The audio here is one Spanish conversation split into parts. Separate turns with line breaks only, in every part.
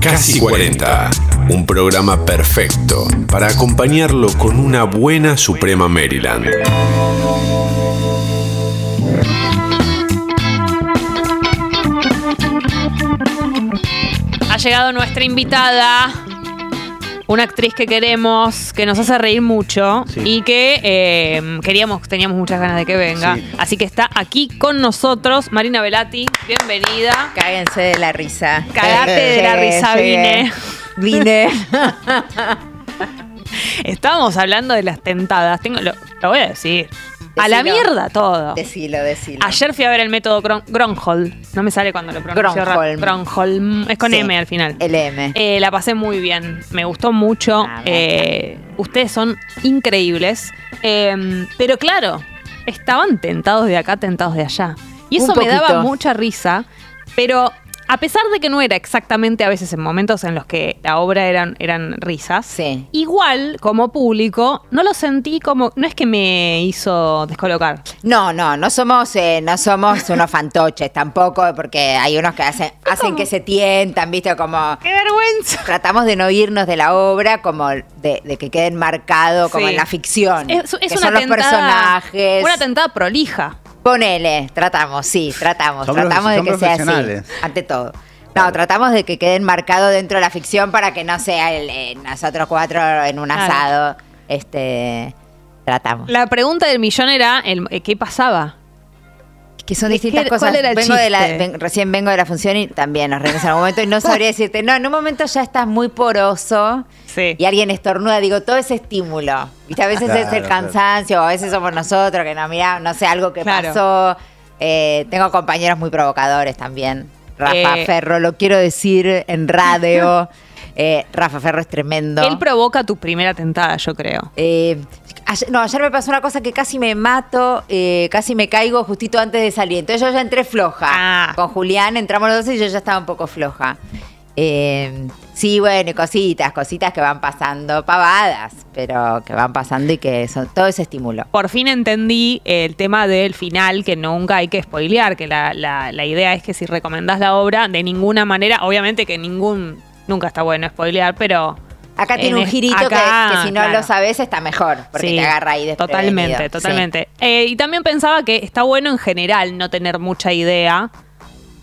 Casi 40. Un programa perfecto para acompañarlo con una buena Suprema Maryland.
Ha llegado nuestra invitada, una actriz que queremos, que nos hace reír mucho
Sí.
y que eh, queríamos, teníamos muchas ganas de que venga.
Sí.
Así que está aquí con nosotros Marina Velati, bienvenida.
Cáguense de la risa.
Cagate de la
Sí,
risa,
sí.
vine.
Vine.
Estábamos hablando de las tentadas, Tengo, lo, lo voy a decir. A la
Decilo.
mierda todo.
Decilo, decilo.
Ayer fui a ver el método Gron- Gronholm. No me sale cuando lo pronuncio.
Gronholm.
ra- Gronholm. Es con
Sí.
M al final.
El M.
Eh, la pasé muy bien, me gustó mucho.
A ver.
Eh, ustedes son increíbles. Eh, pero claro, estaban tentados de acá, tentados de allá. Y
Un
eso me daba
poquito.
mucha risa, pero a pesar de que no era exactamente a veces en momentos en los que la obra eran, eran risas,
Sí.
igual como público, no lo sentí como. No es que me hizo descolocar.
No, no, no somos, eh, no somos unos fantoches tampoco, porque hay unos que hacen, hacen que se tientan, ¿viste? Como
¡Qué vergüenza!
tratamos de no irnos de la obra, como de, de que queden marcado como
Sí.
en la ficción.
Es, es
que
una
son los
tentada-
personajes.
Una tentada prolija.
Ponele, tratamos, sí, tratamos.
Son
tratamos de
profe-
que
son
sea así,
profesionales.
ante todo. No, tratamos de que queden marcados dentro de la ficción para que no sea el, eh, nosotros cuatro en un
Claro.
asado. Este, tratamos.
La pregunta del millón era el, eh, qué pasaba.
que son
es que,
distintas
¿cuál
cosas.
era el
vengo de la,
chiste?
ven- recién vengo de la función y también nos reímos en algún momento y no sabría decirte, no, en un momento ya estás muy poroso.
Sí.
Y alguien estornuda, digo, todo ese estímulo. ¿Viste? A veces es
Claro,
el
claro.
cansancio, o a veces somos nosotros que no, mirá, no sé, algo que
Claro.
pasó. Eh, tengo compañeros muy provocadores también. Rafa
Eh.
Ferro, lo quiero decir en radio. Eh, Rafa Ferro es tremendo.
Él provoca tu primera tentada, yo creo.
Eh, ayer- no, ayer me pasó una cosa que casi me mato, eh, casi me caigo justito antes de salir. Entonces yo ya entré floja.
Ah.
Con Julián entramos los dos y yo ya estaba un poco floja. Eh, sí, bueno, y cositas, cositas que van pasando, pavadas, pero que van pasando y que son todo ese estímulo.
Por fin entendí el tema del final, que nunca hay que spoilear, que la, la- la idea es que si recomendás la obra, de ninguna manera, obviamente que ningún, nunca está bueno spoilear, pero...
Acá
en
tiene un
es-
girito que-
acá,
que, si no
claro.
lo sabes está mejor, porque
Sí,
te agarra ahí desprevenido.
Totalmente,
Sí.
totalmente. Eh, y también pensaba que está bueno en general no tener mucha idea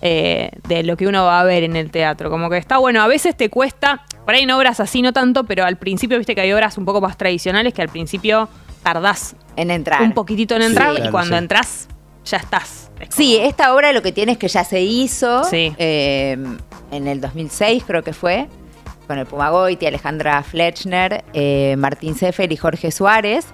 eh, de lo que uno va a ver en el teatro. Como que está bueno, a veces te cuesta, por ahí en obras así no tanto, pero al principio viste que hay obras un poco más tradicionales que al principio tardás
En entrar.
un poquitito en entrar y
claro,
cuando
sí.
entras ya estás. Es como-
Sí, esta obra lo que tiene es que ya se hizo
Sí.
eh, en el 2006 creo que fue, con el Pumagoiti, Alejandra Fletchner, eh, Martín Seffel y Jorge Suárez.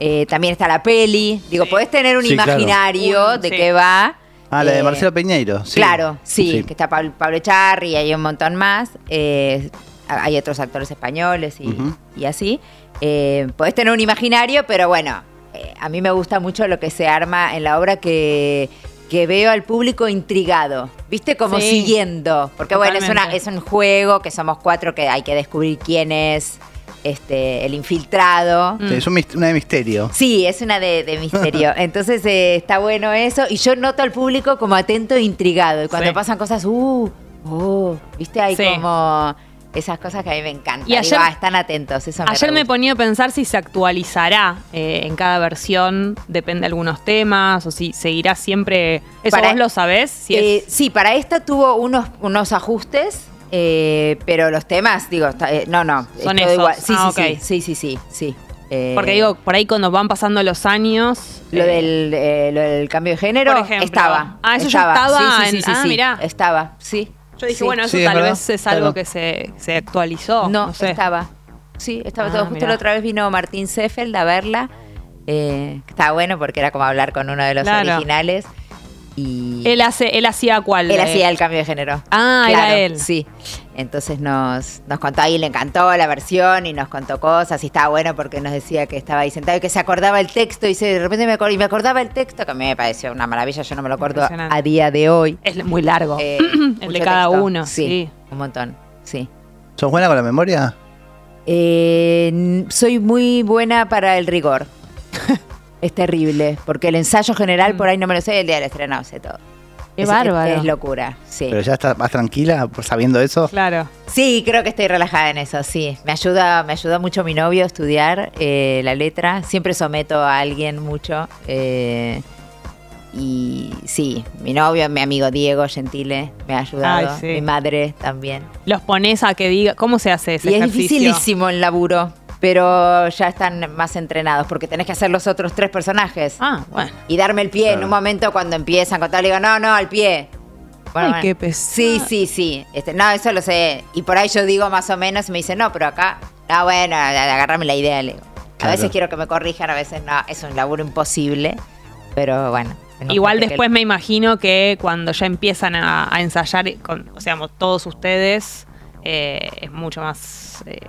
Eh, también está la peli. Digo,
Sí.
podés tener un
Sí, claro.
imaginario
Un-
de
sí.
qué va.
Ah, la de
Eh,
Marcelo Peñeiro. Sí.
Claro, sí,
Sí.
que está Pablo, Pablo Charri, hay un montón más. eh, hay otros actores españoles y,
Ujú.
y así. Eh, podés tener un imaginario, pero bueno, eh, a mí me gusta mucho lo que se arma en la obra que, que veo al público intrigado, ¿viste? Como
Sí.
siguiendo. Porque bueno, es,
Totalmente.
una, es un juego que somos cuatro que hay que descubrir quién es este, el infiltrado.
mm.
Sí, es un mis- una de misterio.
Sí, es una de, de misterio. Entonces eh, está bueno eso. Y yo noto al público como atento e intrigado. Y cuando
Sí.
pasan cosas, uh, oh, viste, hay
Sí.
como esas cosas que a mí me encantan.
Y
Y
ayer-
están atentos. Eso me
Ayer
re
me
gusta.
ponía a pensar si se actualizará eh, en cada versión, depende de algunos temas, o si seguirá siempre. Eso
Para-
vos lo sabés. Si es-
Eh, sí, para esta tuvo unos, unos ajustes, eh, pero los temas, digo, está- eh, no, no. es
Son
todo
esos.
Sí,
Ah,
sí,
ok.
sí, sí, sí, sí, sí. Eh,
Porque digo, por ahí cuando van pasando los años.
Lo
eh,
del, eh, lo del cambio de género
Por ejemplo.
estaba.
Ah, eso ya estaba
Sí, sí, sí,
en-
sí,
ah,
sí,
mirá.
Estaba, sí.
Yo dije,
sí.
bueno, eso
Sí, es
tal
verdad,
vez es
claro.
algo que se, se actualizó. Oh, No,
No,
sé.
estaba. Sí, estaba
Ah,
todo. Justo
mirá.
la otra vez vino Martín Seffeld a verla. Eh, estaba bueno porque era como hablar con uno de los
Claro.
originales. Y
Él, hace, él hacía cuál.
él
eh,
hacía el cambio de género.
Ah, era él.
Sí. Entonces nos, nos contó ahí, le encantó la versión y nos contó cosas. Y estaba bueno porque nos decía que estaba ahí sentado y que se acordaba el texto. Y se- de repente me, acor- y me acordaba el texto, que a mí me pareció una maravilla. Yo no me lo acuerdo
Impresionante.
a día de hoy.
Es muy largo.
Eh,
el de
mucho
cada
texto.
uno. Sí.
Un montón. Sí.
¿Sos buena con la memoria?
Eh, n- soy muy buena para el rigor. es terrible, porque el ensayo general por ahí no me lo sé, el día del estreno sé todo.
Mm. Qué
es,
bárbaro.
Es, es locura, sí.
Pero ya estás más tranquila por sabiendo eso.
Claro.
Sí, creo que estoy relajada en eso, sí. Me ayuda, me ayuda mucho mi novio a estudiar eh, la letra. Siempre someto a alguien mucho. eh, y sí, mi novio, mi amigo Diego Gentile me ha ayudado.
Ay, sí.
Mi madre también.
Los pones a que diga. ¿Cómo se hace ese
Y es
ejercicio?
dificilísimo el laburo, pero ya están más entrenados porque tenés que hacer los otros tres personajes.
Ah, bueno.
Y darme el pie en un momento cuando empiezan a contar, le digo, no, no, al pie.
Ay, qué pesado.
Sí, sí, sí. Este, no, eso lo sé. Y por ahí yo digo más o menos, y me dicen, no, pero acá, ah, bueno, a- a- agarrame la idea, le digo. A
Claro.
veces quiero que me corrijan, a veces no. Es un laburo imposible, pero bueno. tengo
Igual
gente que-
después me imagino que cuando ya empiezan a, a ensayar, con, o sea, mo- todos ustedes, eh, es mucho más, eh,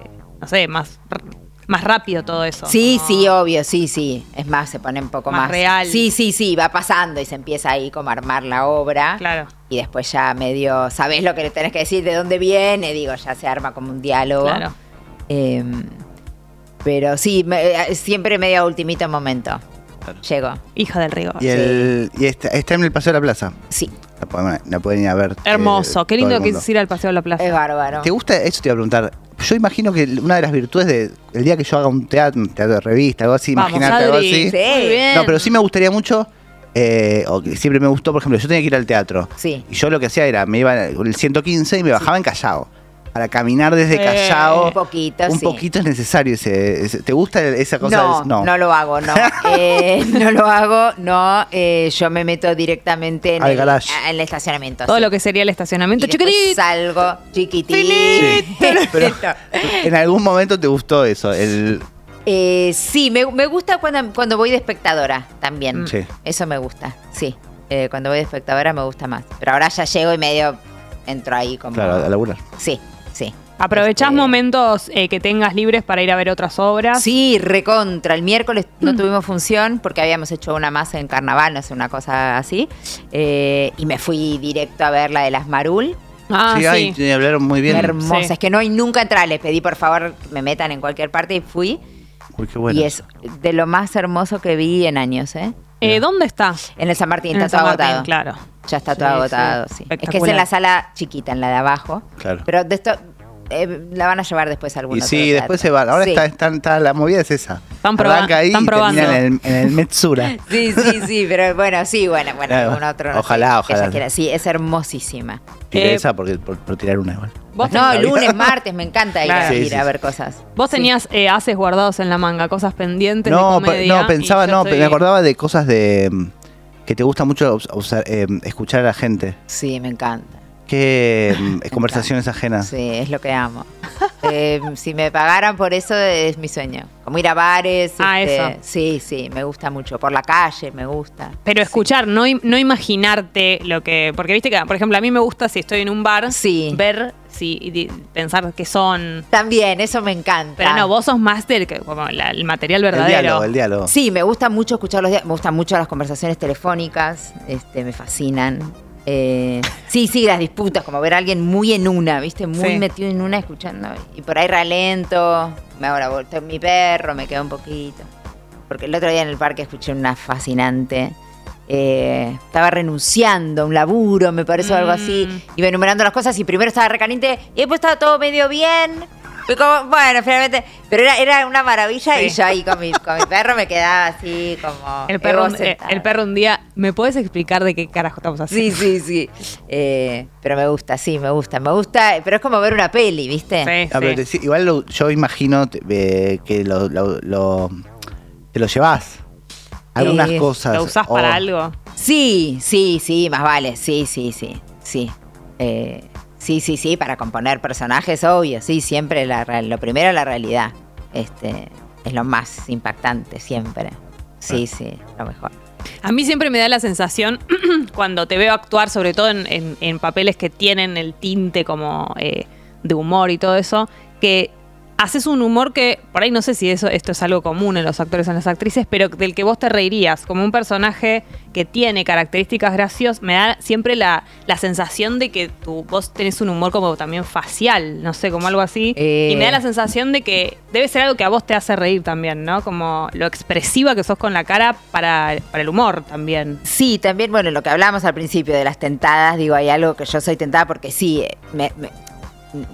no sé, más, r- más rápido todo eso.
Sí,
como-
sí, obvio, sí, sí. Es más, se pone un poco
Más
más,
real.
Sí, sí, sí, va pasando y se empieza ahí como a armar la obra.
Claro.
Y después ya medio, sabés lo que le tenés que decir, de dónde viene, digo, ya se arma como un diálogo.
Claro.
Eh, pero sí, me- eh, siempre medio a ultimito momento. Llego.
Hija del rigor.
Y, el, y está, está en el Paseo de la Plaza.
Sí,
La pueden, la pueden ir a ver. eh,
Hermoso. Qué
todo
lindo
el
que
mundo.
es ir al Paseo de la Plaza.
es bárbaro.
¿Te gusta? Eso te iba a preguntar. Yo imagino que una de las virtudes de el día que yo haga un teatro, un teatro de revista, algo así,
Vamos,
imagínate algo
Adri.
así.
Sí.
Muy bien.
No, pero sí me gustaría mucho, eh, o que siempre me gustó, por ejemplo, yo tenía que ir al teatro.
Sí.
Y yo lo que hacía era, me iba al el 115 y me bajaba en Callao. Para caminar desde
Eh,
Callao.
un poquito,
Un
sí.
poquito es necesario. Ese, ese- ¿Te gusta esa cosa?
no,
del-
no, lo hago, no. Eh, no lo hago, no. Eh, yo me meto directamente en,
Al
el,
garage.
a- en el estacionamiento.
todo
sí.
lo que sería el
Y
estacionamiento.
después
Chiquitito.
salgo
Sí.
chiquitito.
Pero en algún momento te gustó eso. El,
Eh, sí, me, me gusta cuando, cuando voy de espectadora también.
Mm. Sí.
Eso me gusta, sí. Eh, cuando voy de espectadora me gusta más. Pero ahora ya llego y medio entro ahí como...
claro, a laburar.
Sí, sí.
Aprovechás
Este-
momentos eh, que tengas libres para ir a ver otras obras.
Sí, recontra. El miércoles
Mm.
no tuvimos función porque habíamos hecho una masa en carnaval, no sé, una cosa así. Eh, y me fui directo a ver la de las Marul.
Ah, sí.
sí, ay, te hablaron muy bien.
Hermosa.
Sí.
Es que no hay nunca entrar. Les pedí por favor que me metan en cualquier parte y fui.
Uy, qué bueno.
Y es de lo más hermoso que vi en años, ¿eh?
Eh, ¿Dónde está?
En el San Martín,
En
está todo
San Martín,
agotado.
Claro.
Ya está
Sí,
todo agotado,
sí.
sí. Es que es en la sala chiquita, en la de abajo.
Claro.
Pero de esto eh, la van a llevar después a algún
Y
otro
sí,
teatro.
después se van. Ahora
Sí.
está, están- está- la movida es esa.
Están proba-
Arranca ahí
están
y termina
probando.
en el, en el Metsura.
Sí, sí, sí, pero bueno, sí, bueno, bueno,
Claro.
algún otro. no sé,
Ojalá,
que ella
ojalá.
quiera. Sí, es hermosísima.
Tiré
Eh,
esa porque, por, por tirar una igual.
Vos
No,
tenés-
lunes, martes, me encanta ir,
Claro.
a,
Sí,
ir
sí,
a
sí.
ver cosas.
Vos tenías eh, haces guardados en la manga, cosas pendientes de
No, pe-
comedia.
no, pensaba,
y yo
no,
estoy-
me acordaba de cosas de mm, que te gusta mucho obs- obsar- eh, escuchar a la gente.
Sí, me encanta.
Que mm, es conversaciones ajenas.
Sí, es lo que amo. Eh, si me pagaran por eso es mi sueño. Como ir a bares.
Ah,
este,
eso.
Sí, sí, me gusta mucho. Por la calle, me gusta.
Pero escuchar, no, im- no imaginarte lo que. Porque viste que, por ejemplo, a mí me gusta si estoy en un bar,
Sí.
ver si, y di- pensar que son.
También, eso me encanta.
Pero no, vos sos más del que- como la- el material
El
verdadero.
diálogo, el diálogo.
Sí, me gusta mucho escuchar los dia- me gustan mucho las conversaciones telefónicas, este, me fascinan. Eh, sí, sí, las disputas, como ver a alguien muy en una, ¿viste? Muy
Sí.
metido en una escuchando. Y por ahí ralento, me hago la vuelta en mi perro, me quedo un poquito. Porque el otro día en el parque escuché una fascinante. eh, estaba renunciando a un laburo, me parece, o algo
Mm.
así. Iba enumerando las cosas y primero estaba recaliente y después estaba todo medio bien. Fue como, bueno, finalmente. Pero era, era una maravilla y
Sí.
yo ahí con mi, con mi perro me quedaba así como.
El perro, un- eh,
ebocentada.
el perro un día. ¿Me puedes explicar de qué carajo estamos
Sí,
haciendo?
sí, sí. Eh, pero me gusta, sí, me gusta. Me gusta, pero es como ver una peli, ¿viste?
sí.
Ah, pero te- sí, igual lo- yo imagino te- eh, que lo, lo- lo- te lo llevas. Algunas
Eh,
cosas.
¿Lo usás
o-
para algo?
Sí, sí, sí, más vale. Sí, sí, sí, sí. Eh, sí, sí, sí, para componer personajes, obvio. Sí, siempre la, real- lo primero la realidad. Este, es lo más impactante, siempre. Sí, sí, lo mejor.
A mí siempre me da la sensación, cuando te veo actuar, sobre todo en, en- en papeles que tienen el tinte como eh, de humor y todo eso, que haces un humor que, por ahí no sé si eso, esto es algo común en los actores o en las actrices, pero del que vos te reirías, como un personaje que tiene características graciosas, me da siempre la, la sensación de que tú, vos tenés un humor como también facial, no sé, como algo así,
Eh.
y me da la sensación de que debe ser algo que a vos te hace reír también, ¿no? Como lo expresiva que sos con la cara para, para el humor también.
Sí, también, bueno, lo que hablamos al principio de las tentadas, digo, hay algo que yo soy tentada porque sí, eh, me- me-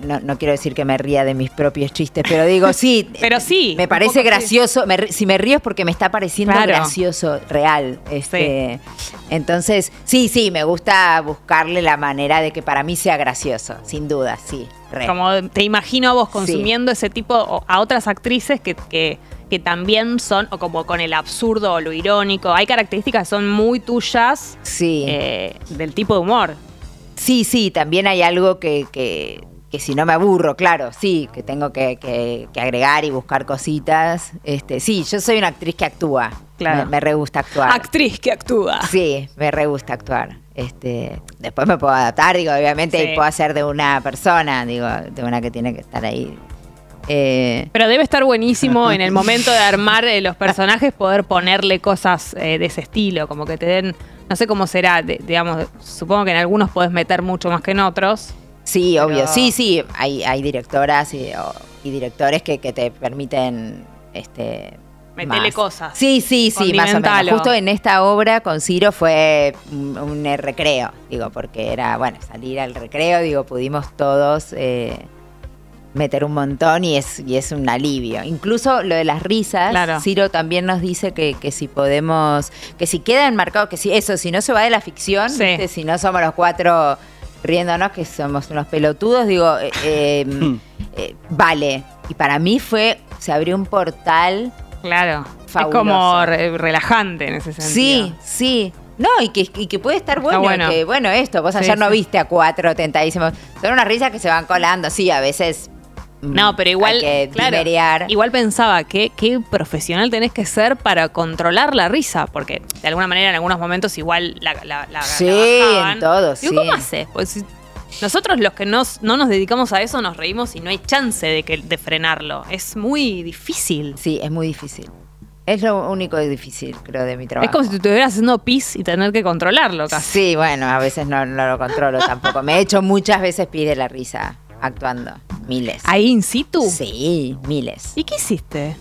no, no quiero decir que me ría de mis propios chistes, pero digo, sí.
Pero sí,
Me
un
parece
poco sí.
gracioso. me ri- si me río es porque me está pareciendo
Claro.
gracioso, real. Este, Entonces, sí, sí, me gusta buscarle la manera de que para mí sea gracioso, sin duda, sí. re.
Como te imagino a vos consumiendo ese tipo, o a otras actrices que, que, que también son, o como con el absurdo o lo irónico, hay características que son muy tuyas
Sí.
eh, del tipo de humor.
Sí, sí, también hay algo que, que- que si no me aburro, claro, sí, que tengo que, que- que agregar y buscar cositas. Este, sí, yo soy una actriz que actúa.
Claro.
Me, me re gusta actuar.
Actriz que actúa.
Sí, me re gusta actuar. Este, después me puedo adaptar, digo, obviamente,
Sí.
y puedo hacer de una persona, digo, de una que tiene que estar ahí. Eh,
Pero debe estar buenísimo en el momento de armar eh, los personajes poder ponerle cosas eh, de ese estilo, como que te den, no sé cómo será, de- digamos, supongo que en algunos podés meter mucho más que en otros.
Sí,
Pero-
obvio. Sí, sí. Hay, hay directoras y, o- y directores que, que te permiten. Este,
Meterle
más.
cosas.
Sí, sí, sí, más o menos.
Condimentalo.
Justo en esta obra con Ciro fue un, un, eh, recreo, digo, porque era, bueno, salir al recreo, digo, pudimos todos eh, meter un montón y es, y es un alivio. Incluso lo de las risas,
Claro.
Ciro también nos dice que, que si podemos, que si queda enmarcado, que si eso, si no se va de la ficción,
Sí.
¿viste? si no somos los cuatro riéndonos, que somos unos pelotudos, digo, eh, eh, eh, vale. Y para mí fue, se abrió un portal.
Claro.
Fabuloso.
Es como re- relajante en ese sentido.
Sí, sí. No, y que, y que puede estar bueno,
bueno.
que bueno esto, vos
Sí,
ayer no
sí.
viste a cuatro tentadísimos. Son unas risas que se van colando, sí, a veces. mm,
No, pero igual,
Hay que
claro,
dimerear.
igual pensaba que qué profesional tenés que ser para controlar la risa, porque de alguna manera en algunos momentos igual la, la, la-
Sí,
la bajaban.
en todos,
Digo,
sí.
¿cómo haces? Pues, si- nosotros los que nos- no nos dedicamos a eso nos reímos y no hay chance de, que, de frenarlo. Es muy difícil.
Sí, es muy difícil. Es lo único difícil, creo, de mi trabajo.
Es como si te estuvieras haciendo pis y tener que controlarlo casi.
Sí, bueno, a veces no, no lo controlo tampoco. Me he hecho muchas veces pis de la risa actuando. Miles.
Ahí in situ.
Sí, miles.
¿Y qué hiciste?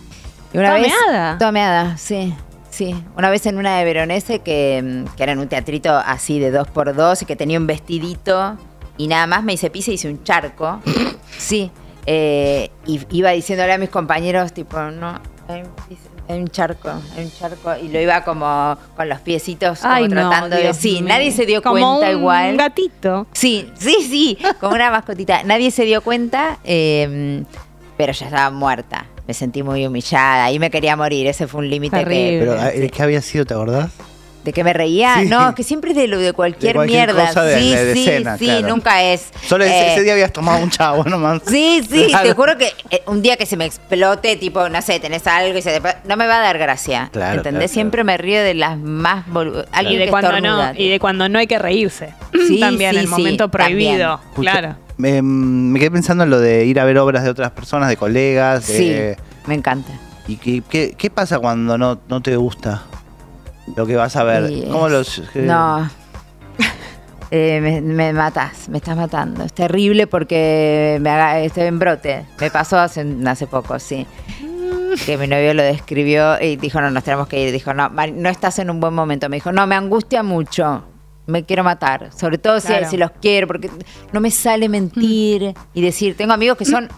Y una vez-
¿Tomeada?
tomeada, sí. Sí, una vez en una de Veronese que, mm, que era en un teatrito así de dos por dos y que tenía un vestidito y nada más me hice pis y hice un charco. Sí, eh, y iba diciéndole a mis compañeros tipo, no, hay un, pis- hay un charco, hay un charco y lo iba como con los piecitos como
Ay, no,
tratando de...
Dios
Sí,
mío.
nadie se dio
Como
cuenta
un
igual.
gatito.
Sí, sí, sí, como una mascotita. Nadie se dio cuenta, eh, pero ya estaba muerta. Me sentí muy humillada y me quería morir. Ese fue un límite que...
Terrible.
Pero ah, el que había sido, ¿te acordás?
¿De que me reía?
Sí.
No, que siempre es de lo de cualquier,
De cualquier
mierda.
cosa de-
sí,
de- de
sí,
escena,
sí,
claro.
nunca es.
Solo ese,
eh,
ese día habías tomado un chavo nomás.
Sí, sí,
Claro.
te juro que eh, un día que se me explote, tipo, no sé, tenés algo y se te... No me va a dar gracia,
Claro,
¿entendés?
claro,
siempre me río de las más... bolu-
Y
Alguien
de,
que
cuando
estornuda,
no, y de cuando no hay que reírse.
Sí,
también
sí,
el
sí,
momento prohibido.
también.
Justo-
Claro.
Me, mm, me quedé pensando en lo de ir a ver obras de otras personas, de colegas.
Sí,
de-
me encanta.
¿Y qué, qué- qué pasa cuando no, no te gusta lo que vas a ver?
Y
¿Cómo
es-
los.? eh,
No. Eh, me, me matas, me estás matando. Es terrible porque me haga- estoy en brote. Me pasó hace, un- hace poco, sí. Que mi novio lo describió y dijo, no, nos tenemos que ir. Dijo, no, Mari, no estás en un buen momento. Me dijo, no, me angustia mucho. Me quiero matar. Sobre todo si-
Claro.
si, los quiero, porque no me sale mentir y decir, tengo amigos que son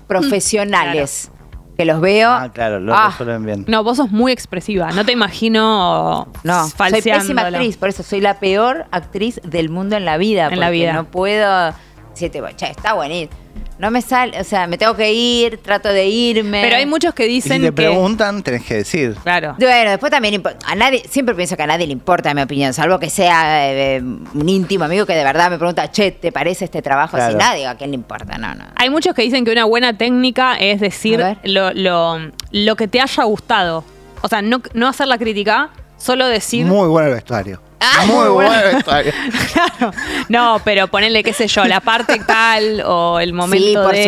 profesionales. Que los veo.
Ah, claro, lo
Ah,
resuelven bien.
No, vos sos muy expresiva. No te imagino
No, soy pésima
falseándola.
actriz, por eso soy la peor actriz del mundo en la vida.
En la
porque
vida.
No puedo. Si te voy, che, está bonito. No me sale, o sea, me tengo que ir, trato de irme.
Pero hay muchos que
Y si
dicen
te
que...
preguntan, tenés que decir.
Claro.
Bueno, después también impo- a nadie, siempre pienso que a nadie le importa mi opinión, salvo que sea eh, eh, un íntimo amigo que de verdad me pregunta, che, ¿te parece este trabajo?
Claro.
Si nadie, ¿a quién le importa? No, no.
Hay muchos que dicen que una buena técnica es decir
A ver.
lo, lo- lo que te haya gustado. O sea, no, no hacer la crítica, solo decir... Ah,
Muy bueno el vestuario. Muy bueno esto.
Claro. No, pero ponele, qué sé yo, la parte tal o el momento
sí, por
de-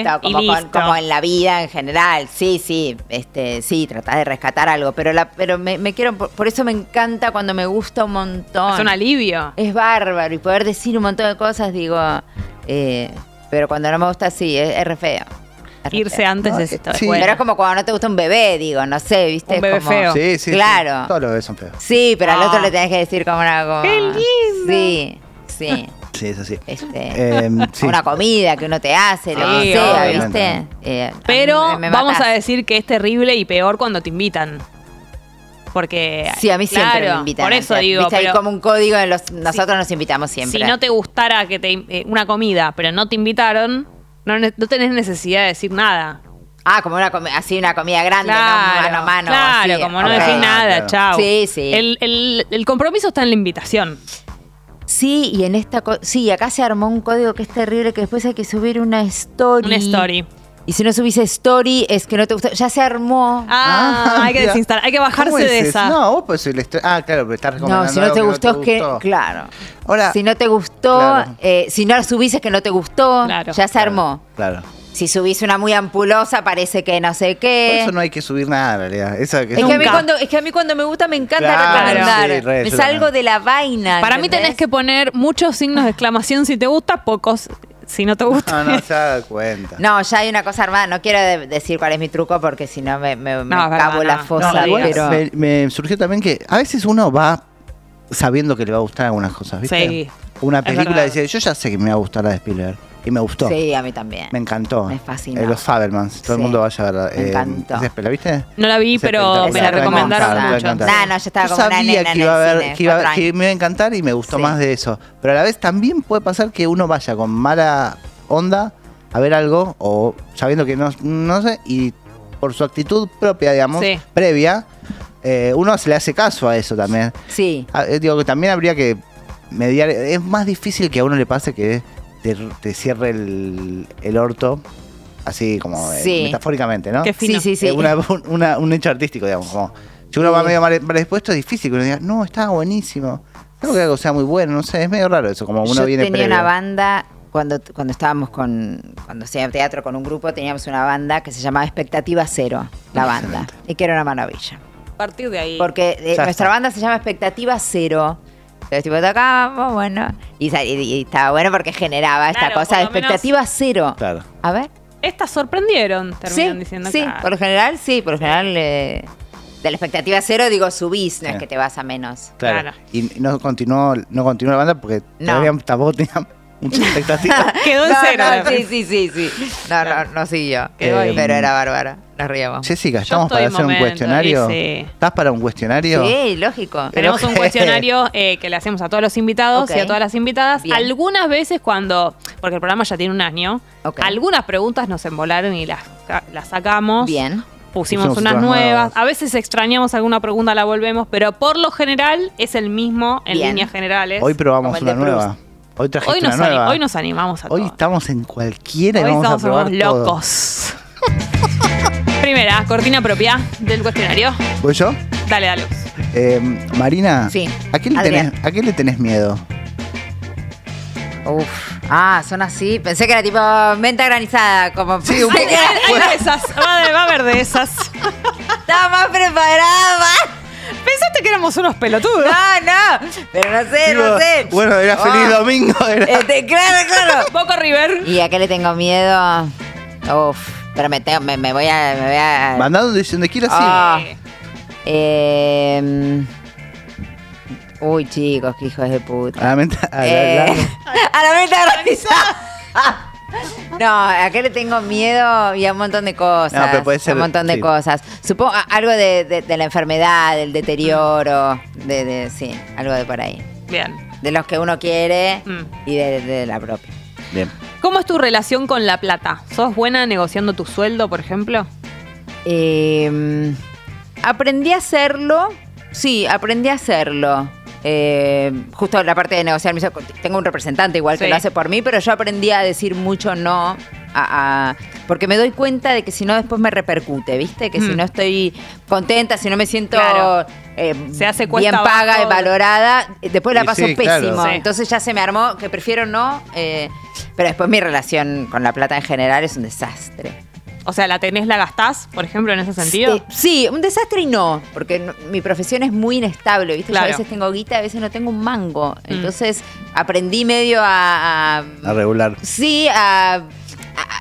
supuesto,
y
como, con-
listo.
como en la vida en general. Sí, sí, este, sí, tratás de rescatar algo, pero la, pero me, me quiero, por, por eso me encanta cuando me gusta un montón.
Es un alivio.
Es bárbaro y poder decir un montón de cosas, digo, eh, pero cuando no me gusta, sí, es, es re feo. Es re
Irse
feo.
antes
No,
de esto.
sí.
bueno.
Pero es como cuando no te gusta un bebé, digo, no sé, viste.
Un bebé
Es como-
feo.
Sí, sí.
Claro.
sí. Todos los bebés son feos.
Sí, pero al
Ah.
otro le tenés que decir como una como-
¡Qué lindo!
Sí, sí.
Sí, es así.
Este,
Eh, sí.
Una comida que uno te hace, lo
Ah, Sí,
que sea,
obviamente.
¿viste? Eh, a
Pero
mí me- me
vamos
matás.
a decir que es terrible y peor cuando te invitan. Porque.
Sí, a mí siempre
claro,
me invitan.
Por eso
antes.
digo.
Viste, hay
pero
como un código de los. Nosotros nos invitamos siempre.
si no te gustara que te, eh, una comida, pero no te invitaron, no, ne- no tenés necesidad de decir nada.
Ah, como una comi- así una comida grande,
Claro,
¿no? mano a mano.
claro
así.
como no
Ok.
decís nada,
Claro.
chao.
Sí, sí.
El, el- el compromiso está en la invitación.
Sí, y en esta. co- Sí, acá se armó un código que es terrible, que después hay que subir una story.
Una story.
Y si no subís story, es que no te gustó. Ya se armó.
Ah, hay que
mira.
desinstalar, hay que bajarse
¿Cómo es
de
eso?
esa.
No, vos podés subirle esto- Ah, claro, pero estás recomendando.
No, si no
algo
te
que
gustó es que.
gustó.
Claro.
Ahora-
si no te gustó,
Claro.
eh, si no subís es que no te gustó.
Claro.
Ya se armó.
Claro.
Si subís una muy ampulosa, parece que no sé
Por
qué.
eso no hay que subir nada, en realidad. Esa que
Eh, es, que a mí
Nunca.
cuando, es que a mí cuando me gusta me encanta
Claro,
recomendar.
sí, re,
me
yo
salgo
también.
de la vaina.
Para mí tenés
¿entendés?
que poner muchos signos de exclamación si te gusta, pocos si no te gusta.
No, no se ha dado cuenta.
No, ya hay una cosa armada. No quiero de- decir cuál es mi truco porque si no me, me, me
No, es verdad,
cavo la
no.
fosa.
No,
igual
pero...
me, me surgió también que a veces uno va sabiendo que le va a gustar algunas cosas, ¿viste?
Sí.
Una
Es
película
verdad.
decía, yo ya sé que me va a gustar la de Spielberg. Y me gustó.
Sí, a mí también.
Me encantó.
Me fascinó.
Eh, los Fabelmans. Todo
Sí.
el mundo vaya a verla.
Me
Eh,
encantó.
es espe- ¿La viste?
No la vi,
Es
pero me la
espectacular.
recomendaron
encanta,
mucho.
encanta.
Nah, no, yo estaba como una
sabía
nena
que
en
iba
el
a haber,
cine,
que, iba a haber-
cuatro
que me iba a encantar y me gustó
Sí.
más de eso. Pero a la vez también puede pasar que uno vaya con mala onda a ver algo o sabiendo que no, no sé y por su actitud propia, digamos,
Sí.
previa, eh, uno se le hace caso a eso también.
Sí.
Ah, eh, Digo que también habría que mediar. Es más difícil que a uno le pase que te, te cierre el, el orto, así como eh,
Sí.
metafóricamente, ¿no?
Qué
Sí,
fino.
sí, sí.
Eh, una- un- una- un hecho artístico, digamos. como, si uno va
Sí.
medio mal, mal dispuesto, es difícil que uno diga, no, estaba buenísimo. Creo que algo sea muy bueno, no sé, es medio raro eso, como uno
Yo
viene
tenía una
previo.
banda cuando, cuando estábamos con cuando hacía teatro con un grupo teníamos una banda que se llamaba Expectativa Cero la banda y que era una maravilla
A partir de ahí.
porque eh,
Ya
nuestra
está.
banda se llama Expectativa Cero entonces tipo tocábamos bueno y, sa- y- y estaba bueno porque generaba esta
Claro,
cosa de
por lo menos-
Expectativa Cero
Claro.
a ver
Estas sorprendieron, terminan
sí
diciendo
sí
claro.
por lo general sí por lo general eh, de la Expectativa Cero digo subís no es
Sí.
que te vas a menos
Claro.
Claro.
Y no continuó, no continuó la banda porque
No.
todavía tampoco tenía mucha expectativa.
Quedó en
No,
cero.
no,
después.
sí, sí, sí, sí. No, no, no siguió.
Quedó ahí.
Pero era bárbara. Nos ríamos. Sí,
Jessica, ¿estamos
estoy
para
en
hacer
momento,
un cuestionario?
y sí.
¿Estás para un cuestionario?
lógico.
Pero-
Tenemos un
que-
cuestionario eh, que le hacemos a todos los invitados
Ok.
y a todas las invitadas.
Bien.
Algunas veces cuando, porque el programa ya tiene un año,
Ok.
algunas preguntas nos embolaron y las, las sacamos.
Bien.
Pusimos
Pusimos
unas
otras
nuevas.
nuevas.
A veces extrañamos alguna pregunta, la volvemos, pero por lo general es el mismo en
Bien.
líneas generales.
Hoy
como
probamos
el
una
de Proust.
nueva. Hoy trajiste
Hoy
una
nos, ani-
nueva.
hoy nos animamos a
Hoy
todo.
estamos en cualquiera y
Hoy
vamos
estamos
a probar
somos
todo.
locos. Primera, cortina propia del cuestionario.
¿Voy yo?
Dale, dale.
Eh, Marina,
Sí.
¿a, qué le
Adrián.
tenés, ¿a qué le tenés miedo?
Uf. Ah, son así. Pensé que era tipo menta granizada. Como
Sí, un
Ay,
poco.
era-
Hay de esas, va, de- va a haber de esas.
estaba más preparada. más-
Pensaste que éramos unos pelotudos.
No, no. Pero no sé,
Digo,
no sé.
Bueno, era
Ah,
feliz domingo. Era.
este, claro, claro.
Boca River.
¿Y a qué le tengo miedo? Uf. Pero me, tengo, me, me voy a. Me voy a
Mandá donde, donde quieras
Ah.
Eh,
Em, uy, chicos, qué hijos de
ir.
puta.
A la menta- a la-
Eh,
la-
a la meta granizada. No, ¿a qué le tengo miedo? Y a un montón de cosas.
No, pero puede ser-
a un montón de
sí.
cosas. Supongo a- algo de, de- de la enfermedad, del deterioro, de, de- sí, algo de por ahí.
Bien.
De los que uno quiere
Mm.
y de, de la propia.
Bien.
¿Cómo es tu relación con la plata? ¿Sos buena negociando tu sueldo, por ejemplo?
Eh, aprendí a hacerlo. Sí, aprendí a hacerlo. Eh, justo la parte de negociar, me hizo- tengo un representante igual que
Sí.
lo hace por mí, pero yo aprendí a decir mucho no a- a- porque me doy cuenta de que si no después me repercute, ¿viste? Que si
Mm.
no estoy contenta, si no me siento
Claro.
eh,
Se hace
bien
cuesta
paga
abajo.
y valorada, eh, después la
Y
paso
sí, claro.
pésimo.
Sí.
Entonces ya se me armó, que prefiero no, eh, pero después mi relación con la plata en general es un desastre.
O sea, ¿la tenés, la gastás, por ejemplo, en ese sentido?
Eh, sí, un desastre y no, porque no- mi profesión es muy inestable, ¿viste? Yo
Claro. Mm.
a veces tengo guita, a veces no tengo un mango. Entonces aprendí medio a... a-
A regular.
sí, a... a-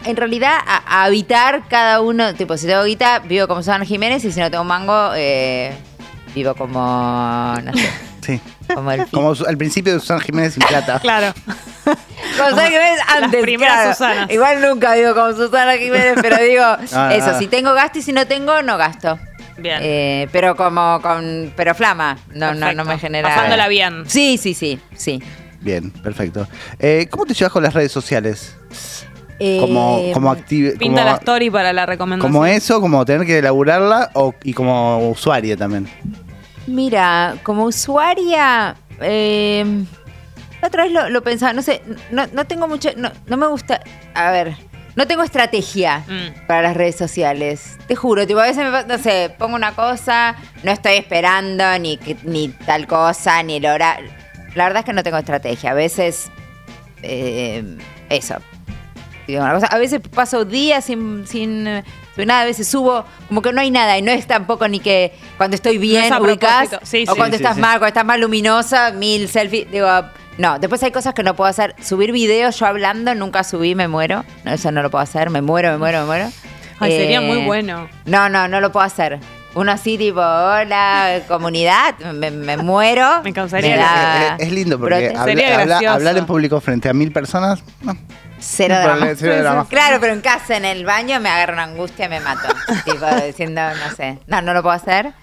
En realidad, a, a habitar cada uno. Tipo, si tengo guita, vivo como San Jiménez y si no tengo mango, eh, vivo como. No sé,
Sí.
como el.
Como su- al principio de San Jiménez sin plata.
Claro.
Como Susana Jiménez antes.
primeras
claro.
Susanas.
Igual nunca digo como Susana Jiménez, pero digo
no,
eso,
no.
si tengo gasto y si no tengo, no gasto.
Bien.
Eh, pero como con. Pero flama. No, no, no
Perfecto.
me genera.
Pasándola bien.
Sí, sí, sí, sí.
Bien, perfecto. Eh, ¿Cómo te llevas con las redes sociales? Como,
Eh,
como activi-
Pinta la
como,
story para la recomendación.
como eso, como tener que elaborarla o, y como usuaria también.
Mira, como usuaria. eh, la otra vez lo, lo pensaba, no sé, no, no tengo mucho. No, no me gusta. A ver. No tengo estrategia
Mm.
para las redes sociales. Te juro, tipo, a veces me pa- no sé, pongo una cosa, no estoy esperando ni, que- ni tal cosa, ni el horario. La verdad es que no tengo estrategia. A veces. eh, eso. Digo una cosa, A veces paso días sin, sin, eh, sin nada, a veces subo, como que no hay nada. Y no es tampoco ni que cuando estoy
No
bien
es a
ubicás,
propósito. Sí,
o
sí.
cuando
Sí,
estás
sí.
mal, Ah, cuando estás más luminosa, mil selfies. Digo, no, después hay cosas que no puedo hacer. Subir videos yo hablando, nunca subí, me muero. No, eso no lo puedo hacer, me muero, me muero, me muero. Eh,
Ay, sería muy bueno.
No, no, no lo puedo hacer. Uno así tipo, hola, comunidad, me, me muero.
Me causaría
Me da-
Es, es lindo porque
Prote-
habla-
Sería
habla-
gracioso.
hablar en público frente a mil personas, no,
Cero
No,
drama.
pero- cero drama.
Claro, pero en casa, en el baño, me agarra una angustia y me mato. tipo, diciendo, no sé. No, no lo puedo hacer.